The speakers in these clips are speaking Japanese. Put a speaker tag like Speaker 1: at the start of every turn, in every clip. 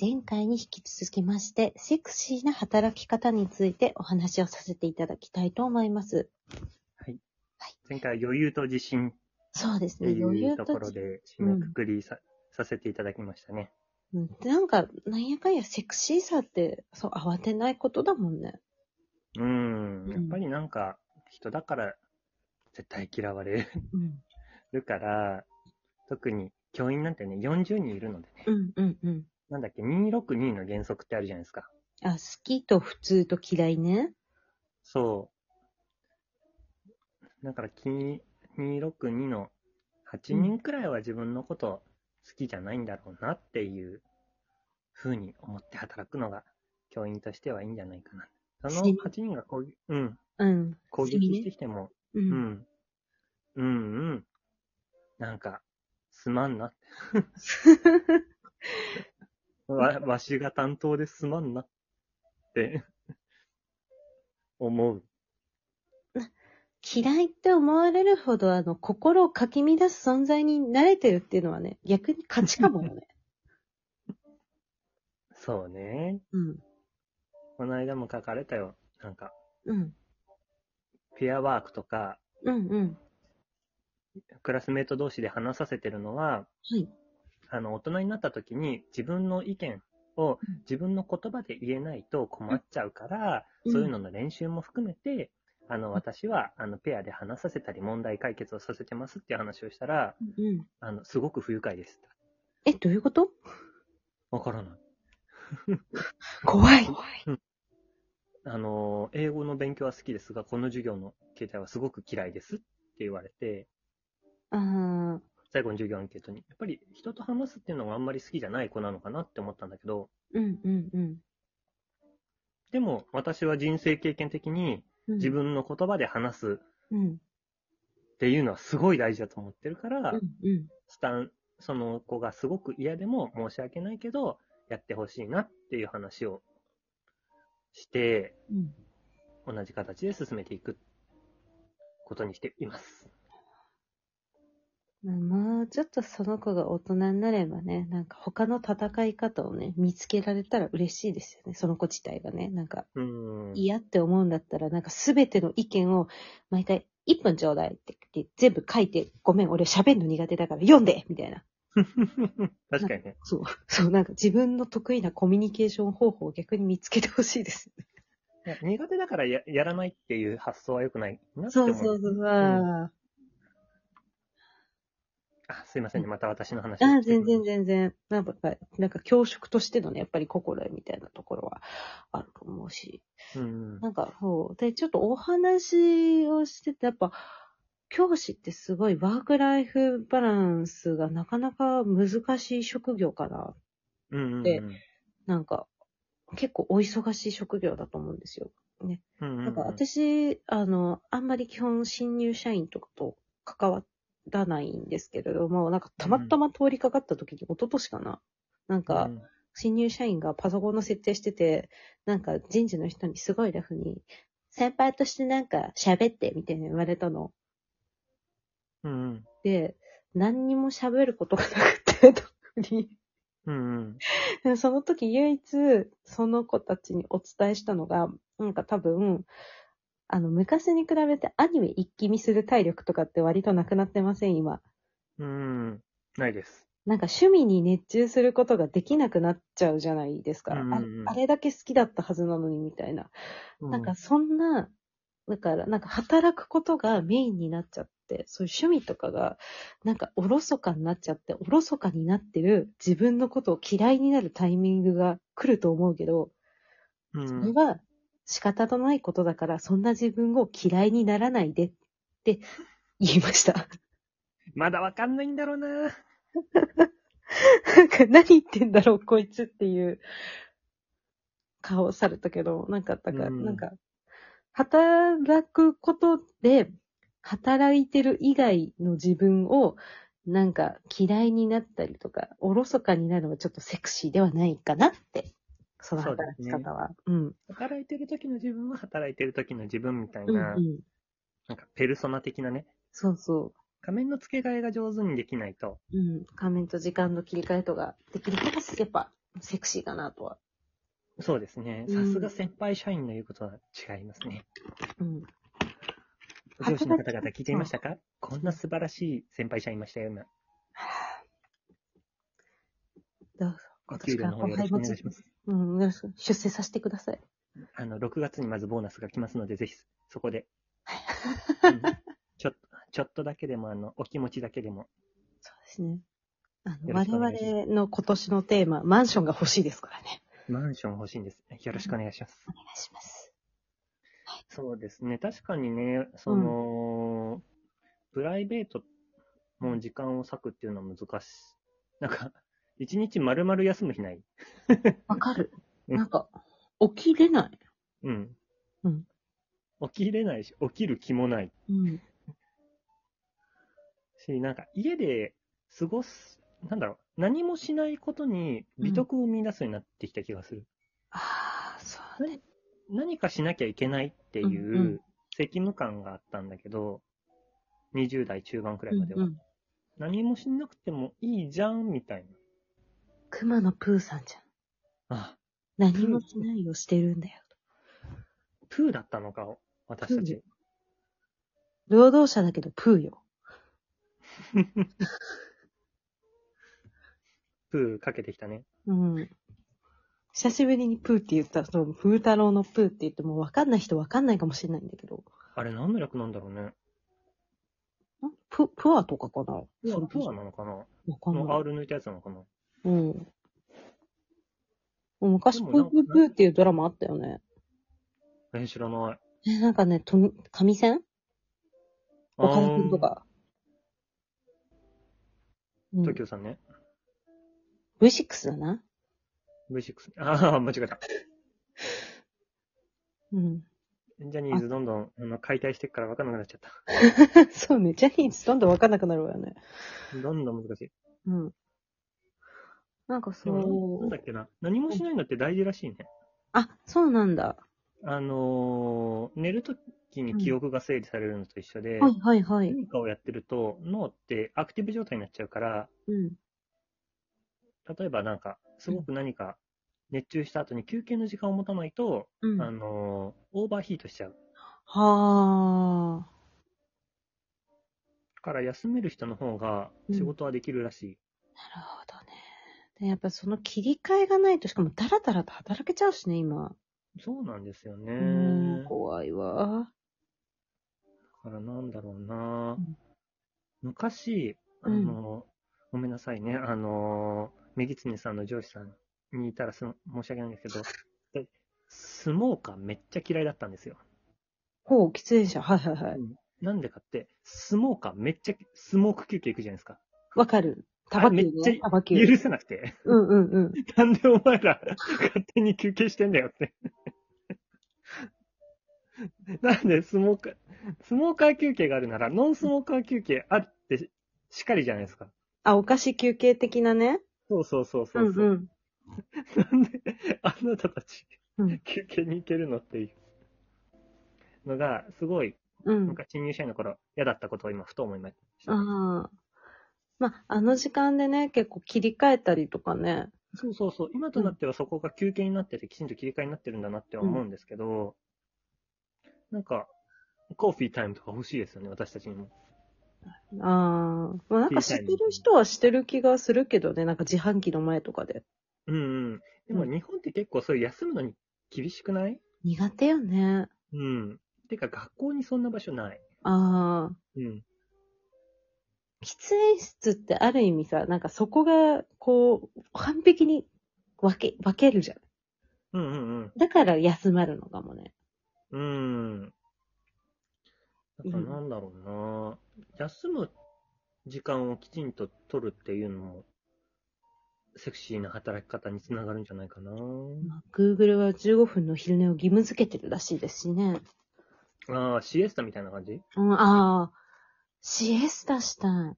Speaker 1: 前回に引き続きまして、セクシーな働き方についてお話をさせていただきたいと思います。
Speaker 2: 前回は余裕と自信っ
Speaker 1: そうです
Speaker 2: て
Speaker 1: ね、余
Speaker 2: い
Speaker 1: 裕
Speaker 2: うところ
Speaker 1: と、
Speaker 2: で締めくくりさ,、させていただきましたね。
Speaker 1: うん、なんか、なんやかんやセクシーさって、そう、慌てないことだもんね。
Speaker 2: うん
Speaker 1: う。ん
Speaker 2: やっぱりなんか人だから絶対嫌われ
Speaker 1: うん。
Speaker 2: るから、特に教員なんてね、40人いるのでね。
Speaker 1: うんうんうん。
Speaker 2: なんだっけ、262の原則ってあるじゃないですか。
Speaker 1: あ、好きと普通と嫌いね。
Speaker 2: そう。だから、き262の8人くらいは自分のこと好きじゃないんだろうなっていうふうに思って働くのが教員としてはいいんじゃないかな。その
Speaker 1: セミ
Speaker 2: 8人が攻撃、うん、
Speaker 1: うん。
Speaker 2: 攻
Speaker 1: セ
Speaker 2: 撃
Speaker 1: ミね
Speaker 2: してきても、
Speaker 1: う。
Speaker 2: うんん、うん、うん、なんか、すまんな。わ、わしが担当ですまんなって 思う。
Speaker 1: 嫌いって思われるほど、あの、心をかき乱す存在に慣れてるっていうのはね、逆に勝ちかもよね。
Speaker 2: そうね。
Speaker 1: うん。
Speaker 2: この間も書かれたよ。なんか、
Speaker 1: うん。
Speaker 2: ペアワークとか、
Speaker 1: うんうん。
Speaker 2: クラスメート同士で話させてるのは、
Speaker 1: はい。
Speaker 2: あの、大人になった時に自分の意見
Speaker 1: う
Speaker 2: を
Speaker 1: ん
Speaker 2: 自分の言葉で言えないと困っちゃうから、
Speaker 1: うん
Speaker 2: そういうのの練習も含めて、あの、私は、あの、ペアで話させたり問題解決をさせてますっていう話をしたら、
Speaker 1: うん。
Speaker 2: あの、すごく不愉快です。
Speaker 1: え、どういうこと
Speaker 2: わからない。
Speaker 1: 怖い。
Speaker 2: あの、英語の勉強は好きですが、この授業の形態はすごく嫌いですって言われて、
Speaker 1: あー
Speaker 2: 最後の授業アンケートに、やっぱり人と話すっていうのがあんまり好きじゃない子なのかなって思ったんだけど、
Speaker 1: うんうんうん。
Speaker 2: でも私は人生経験的に
Speaker 1: うん
Speaker 2: 自。分の言葉で話す
Speaker 1: うん。
Speaker 2: っていうのはすごい大事だと思ってるから、
Speaker 1: うんうん。
Speaker 2: スタン、その子がすごく嫌でも申し訳ないけど、やってほしいなっていう話をして、
Speaker 1: うん。
Speaker 2: 同じ形で進めていくことにしています。
Speaker 1: まあもうちょっとその子が大人になればね、なんか他の戦い方をね、見つけられたら嬉しいですよね。その子自体がね。なんか
Speaker 2: うーん。
Speaker 1: 嫌って思うんだったら、なんかすべての意見を毎回1分ちょうだいって言って、全部書いて、ごめん、俺喋るの苦手だから読んでみたいな。
Speaker 2: 確かにね。
Speaker 1: そう。そう、なんか自分の得意なコミュニケーション方法を逆に見つけてほしいです。
Speaker 2: いや苦手だからややらないっていう発想は良くないなって
Speaker 1: そ
Speaker 2: 思
Speaker 1: う
Speaker 2: う。
Speaker 1: そうそうそう。
Speaker 2: ん
Speaker 1: あ
Speaker 2: あすいませんね。また私の話。
Speaker 1: あ、全然。全然。なんか、なんか教職としてのね、やっぱり心得みたいなところはあると思うし。
Speaker 2: うん。
Speaker 1: なんか、そう。で、ちょっとお話をしてて、やっぱ、教師ってすごいワークライフバランスがなかなか難しい職業かな。
Speaker 2: うんうんうん。
Speaker 1: でなんか、結構お忙しい職業だと思うんですよ。
Speaker 2: うんうんうん
Speaker 1: なんか私、あの、あんまり基本新入社員とかと関わらないんですけれども、なんかたまたま通りかかった時に、一昨年かな。なんか、
Speaker 2: うん
Speaker 1: 新入社員がパソコンの設定してて、なんか人事の人にすごいラフに、先輩としてなんか喋ってみたいな言われたの。
Speaker 2: うん
Speaker 1: で、何にも喋ることがなくて、 特に。
Speaker 2: うん。うんうん。
Speaker 1: でその時唯一、その子たちにお伝えしたのが、なんか多分、あの、昔に比べてアニメ一気見する体力とかって割となくなってません、今。
Speaker 2: うん。ないです。
Speaker 1: なんか趣味に熱中することができなくなっちゃうじゃないですか。あ
Speaker 2: うんうんうん
Speaker 1: あれだけ好きだったはずなのに、みたいな。なんかそんな、だからなんか働くことがメインになっちゃって、そういう趣味とかが、なんかおろそかになっちゃって、おろそかになってる自分のことを嫌いになるタイミングが来ると思うけど、
Speaker 2: うん、
Speaker 1: そ
Speaker 2: そ
Speaker 1: れは仕方のないことだから、そんな自分を嫌いにならないでって言いました。
Speaker 2: まだわかんないんだろうな。
Speaker 1: なんか何言ってんだろう、こいつっていう顔をされたけど、なんか、だから、
Speaker 2: うん
Speaker 1: なんか、働くことで、働いてる以外の自分を、なんか嫌いになったりとか、おろそかになるのはちょっとセクシーではないかなって、その働き方は。う
Speaker 2: 働いてる時の自分は働いてる時の自分みたい
Speaker 1: ん。うん
Speaker 2: な、
Speaker 1: うん。
Speaker 2: なんかペルソナ的なね、
Speaker 1: そうそ
Speaker 2: 仮面の付け替えが上手にできないと、
Speaker 1: う。うん。仮面と時間の切り替えとかできる人が、やっぱセクシーだなとは。
Speaker 2: そうですね。
Speaker 1: うん
Speaker 2: さすが先輩社員の言うことは違いますね。
Speaker 1: うん。
Speaker 2: 上司の方々聞いちゃいましたかこんな素晴らしい先輩社員いましたよ、今。
Speaker 1: どうぞ。
Speaker 2: お給料の方よろしくお願いします。
Speaker 1: うん、よろしく。出世させてください。
Speaker 2: あの、6月にまずボーナスが来ますので、ぜひ、そこで。 うんちょっと、ちょっとだけでも、あの、お気持ちだけでも。
Speaker 1: そうですね。あの、
Speaker 2: よろしくお願いします
Speaker 1: 我々の今年のテーマ、マンションが欲しいですからね。
Speaker 2: マンション欲しいんです。よろしくお願いします。
Speaker 1: お願いします。
Speaker 2: そうですね。確かにね、その、プライベートの時間を割くっていうのは難しい。なんか、一日丸々休む日ない。
Speaker 1: わかる。
Speaker 2: うん
Speaker 1: なんか、起きれない。
Speaker 2: うん。
Speaker 1: うん
Speaker 2: 起きれないし、起きる気もない
Speaker 1: うん。
Speaker 2: し、なんか家で過ごす、なんだろう、何もしないことに美徳を見出すようになってきた気がする。
Speaker 1: ああ、そうね。
Speaker 2: 何かしなきゃいけないって
Speaker 1: うんう
Speaker 2: い
Speaker 1: ん
Speaker 2: う責務感があったんだけど、20代中盤くらいまでは。
Speaker 1: うんうん
Speaker 2: 何もしなくてもいいじゃん、みたいな。
Speaker 1: 熊野プーさんじゃん。
Speaker 2: あ、
Speaker 1: 何もしないをしてるんだよ。
Speaker 2: プーだったのか、私たち。
Speaker 1: 労働者だけどプーよ。
Speaker 2: プーかけてきたね。
Speaker 1: うん。久しぶりにプーって言ったら、その、風太郎のプーって言っても分かんない人分かんないかもしれないんだけど。
Speaker 2: あれ何の略なんだろうね。
Speaker 1: んプ、プアとかかな
Speaker 2: プ
Speaker 1: それ
Speaker 2: ー
Speaker 1: こそ
Speaker 2: アなのかな
Speaker 1: わかん
Speaker 2: の
Speaker 1: ない。
Speaker 2: R 抜いたやつなのかな
Speaker 1: うん。もう昔、
Speaker 2: で
Speaker 1: プ
Speaker 2: もな
Speaker 1: ー
Speaker 2: んか
Speaker 1: プープーっていうドラマあったよね。
Speaker 2: え、知らない。
Speaker 1: え、なんかね、とみ、神線岡田君と
Speaker 2: あ
Speaker 1: か。う
Speaker 2: ー。
Speaker 1: ん、
Speaker 2: 東京さんね。
Speaker 1: V6 だな。
Speaker 2: V6。あ あ、間違えた。
Speaker 1: うん。
Speaker 2: ジャニーズどんどんあの解体してっから分かんなくなっちゃっ
Speaker 1: そうね、ジャニーズどんどん分かんなくなるわよね。
Speaker 2: た。 どんどん難しい。
Speaker 1: うん。なんか
Speaker 2: でも
Speaker 1: そ
Speaker 2: なん
Speaker 1: う
Speaker 2: だ。っけな。何もしないのって大事らしいね。
Speaker 1: あ、そうなんだ。
Speaker 2: あのー、寝るときに記憶が整理されるのと一緒で、
Speaker 1: はいはいはい。
Speaker 2: 何かをやってると脳ってアクティブ状態になっちゃうから、
Speaker 1: うん。
Speaker 2: 例えばなんか、すごく何か熱中した後に休憩の時間を持たないと、
Speaker 1: うん。
Speaker 2: あのー、オーバーヒートしちゃう。
Speaker 1: はあ。
Speaker 2: だから休める人の方が仕事はできるらしい。
Speaker 1: なるほどね。で、やっぱその切り替えがないと、しかもダラダラと働けちゃうしね、今。
Speaker 2: そうなんですよね。
Speaker 1: うん、怖いわ。
Speaker 2: だからなんだろうな、
Speaker 1: うん
Speaker 2: 昔、あの、ごめんなさいね、あの、メギツネさんの上司さんにいたらす申し訳ないんです けど、でスモーカーめっちゃ嫌いだったんですよ。
Speaker 1: ほう、喫煙者。はいはいはい。
Speaker 2: なんでかって、スモーカーめっちゃ、スモーク休憩行くじゃないですか。
Speaker 1: わかる。タ
Speaker 2: あ
Speaker 1: バ
Speaker 2: れめ
Speaker 1: キ
Speaker 2: っ
Speaker 1: ュー
Speaker 2: ちゃ
Speaker 1: ね。タバキュー。
Speaker 2: 許せなくて。
Speaker 1: うんうんうん。
Speaker 2: なんでお前ら勝手に休憩してんだよって。 なんでスモーカー、スモーカー休憩があるなら、ノンスモーカー休憩あってししかりじゃないですか。
Speaker 1: あ、お菓子休憩的なね。
Speaker 2: そうそうそう
Speaker 1: う
Speaker 2: そ
Speaker 1: ん
Speaker 2: うそう。
Speaker 1: うん。
Speaker 2: なんで、あなたたち
Speaker 1: うん、
Speaker 2: 休憩に行けるのっていうのが、すごい、
Speaker 1: うん。
Speaker 2: 昔入社員の頃、嫌だったことを今、ふと思いました。
Speaker 1: ああ。まあ、あの時間でね、結構切り替えたりとかね。
Speaker 2: そうそうそう。今となってはそこが休憩になってて、きちんと切り替えになってるんだなって思うんですけど、なんか、コーヒータイムとか欲しいですよね、私たちにも。
Speaker 1: ああ。まあ、なんか知ってる人はしてる気がするけどね。なんか自販機の前とかで。
Speaker 2: うんうん。でも
Speaker 1: うん
Speaker 2: 日本って結構そういう休むのに厳しくない
Speaker 1: 苦手よね。
Speaker 2: うん。てか学校にそんな場所ない。
Speaker 1: ああ。
Speaker 2: うん。
Speaker 1: 喫煙室ってある意味さ、なんかそこが、こう、完璧に分け、分けるじゃん。
Speaker 2: うんうんうん。
Speaker 1: だから休まるのかもね。
Speaker 2: うん。だからなんだろうな、休む時間をきちんと取るっていうのも、セクシーな働き方につながるんじゃないかな、
Speaker 1: まあ Google は15分の昼寝を義務付けてるらしいですしね。
Speaker 2: ああ、シエスタみたいな感じ
Speaker 1: うん、ああ、シエスタした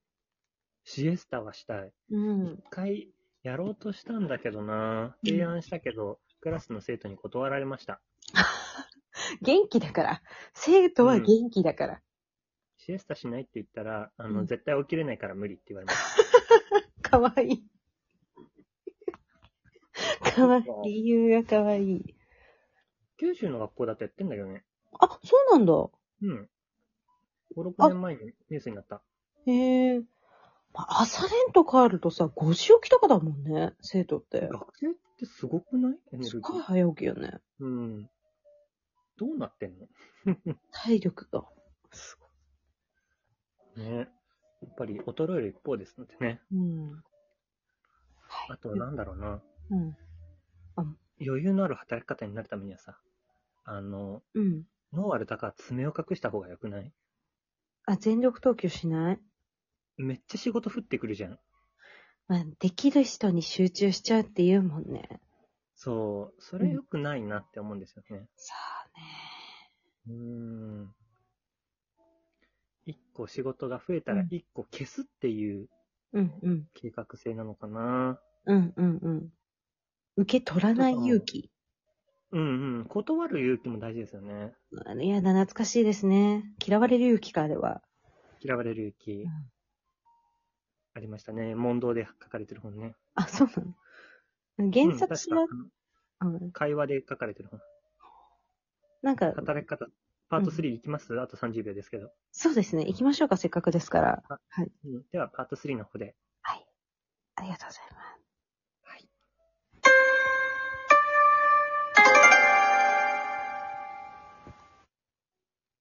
Speaker 2: シエスタはしたい。
Speaker 1: い。うん
Speaker 2: 一。回やろうとしたんだけどな提案したけど、クラスの生徒に断られました。
Speaker 1: 元気だから。生徒は元気だから。
Speaker 2: シエスタしないって言ったら、あ
Speaker 1: う
Speaker 2: の、
Speaker 1: ん
Speaker 2: 絶対起きれないから無理って言われました。
Speaker 1: かわいい。かわいい。理由がかわいい。
Speaker 2: 九州の学校だとやってんだけどね。
Speaker 1: あ、そうなんだ。
Speaker 2: うん。5、6年前にニュースになった。
Speaker 1: へえ。まあ、朝練とかあるとさ、5時起きとかだもんね、生徒って。
Speaker 2: 学生ってすごくないエネ
Speaker 1: す
Speaker 2: ル
Speaker 1: っ
Speaker 2: ギ
Speaker 1: ごい
Speaker 2: ー。
Speaker 1: 早起きよね。
Speaker 2: うん。どうなってんの
Speaker 1: 体力が。す
Speaker 2: ねやっぱり衰える一方ですのでね。
Speaker 1: ごいうん。
Speaker 2: あとはなんだろうな。
Speaker 1: うん。
Speaker 2: 余裕のある働き方になるためにはさ、あの、
Speaker 1: うん。
Speaker 2: 脳あるだから爪を隠した方が良くない
Speaker 1: あ、全力投球しない
Speaker 2: めっちゃ仕事降ってくるじゃん。
Speaker 1: まあ、できる人に集中しちゃうって言うもんね。
Speaker 2: そう、それ良くないなって思うんですよね。
Speaker 1: さあね。
Speaker 2: うーん。一個仕事が増えたら
Speaker 1: うん
Speaker 2: 一個消すっていう
Speaker 1: うんうん。
Speaker 2: 計画性なのかな。
Speaker 1: うんうんうん。受け取らない勇気。
Speaker 2: うんうん。断る勇気も大事ですよね。
Speaker 1: あのいやだ、懐かしいですね。嫌われる勇気か、あれは。
Speaker 2: 嫌われる勇気。
Speaker 1: うん
Speaker 2: ありましたね。問答で書かれてる本ね。
Speaker 1: あ、そうなの原作
Speaker 2: う
Speaker 1: は
Speaker 2: ん、確か
Speaker 1: うん、
Speaker 2: 会話で書かれてる本。
Speaker 1: なんか、
Speaker 2: 働き方、パート3いきます、あと30秒ですけど。
Speaker 1: そうですね。行きましょうか、せっかくですから。
Speaker 2: うんでは、パート3の方で。
Speaker 1: ありがとうございます。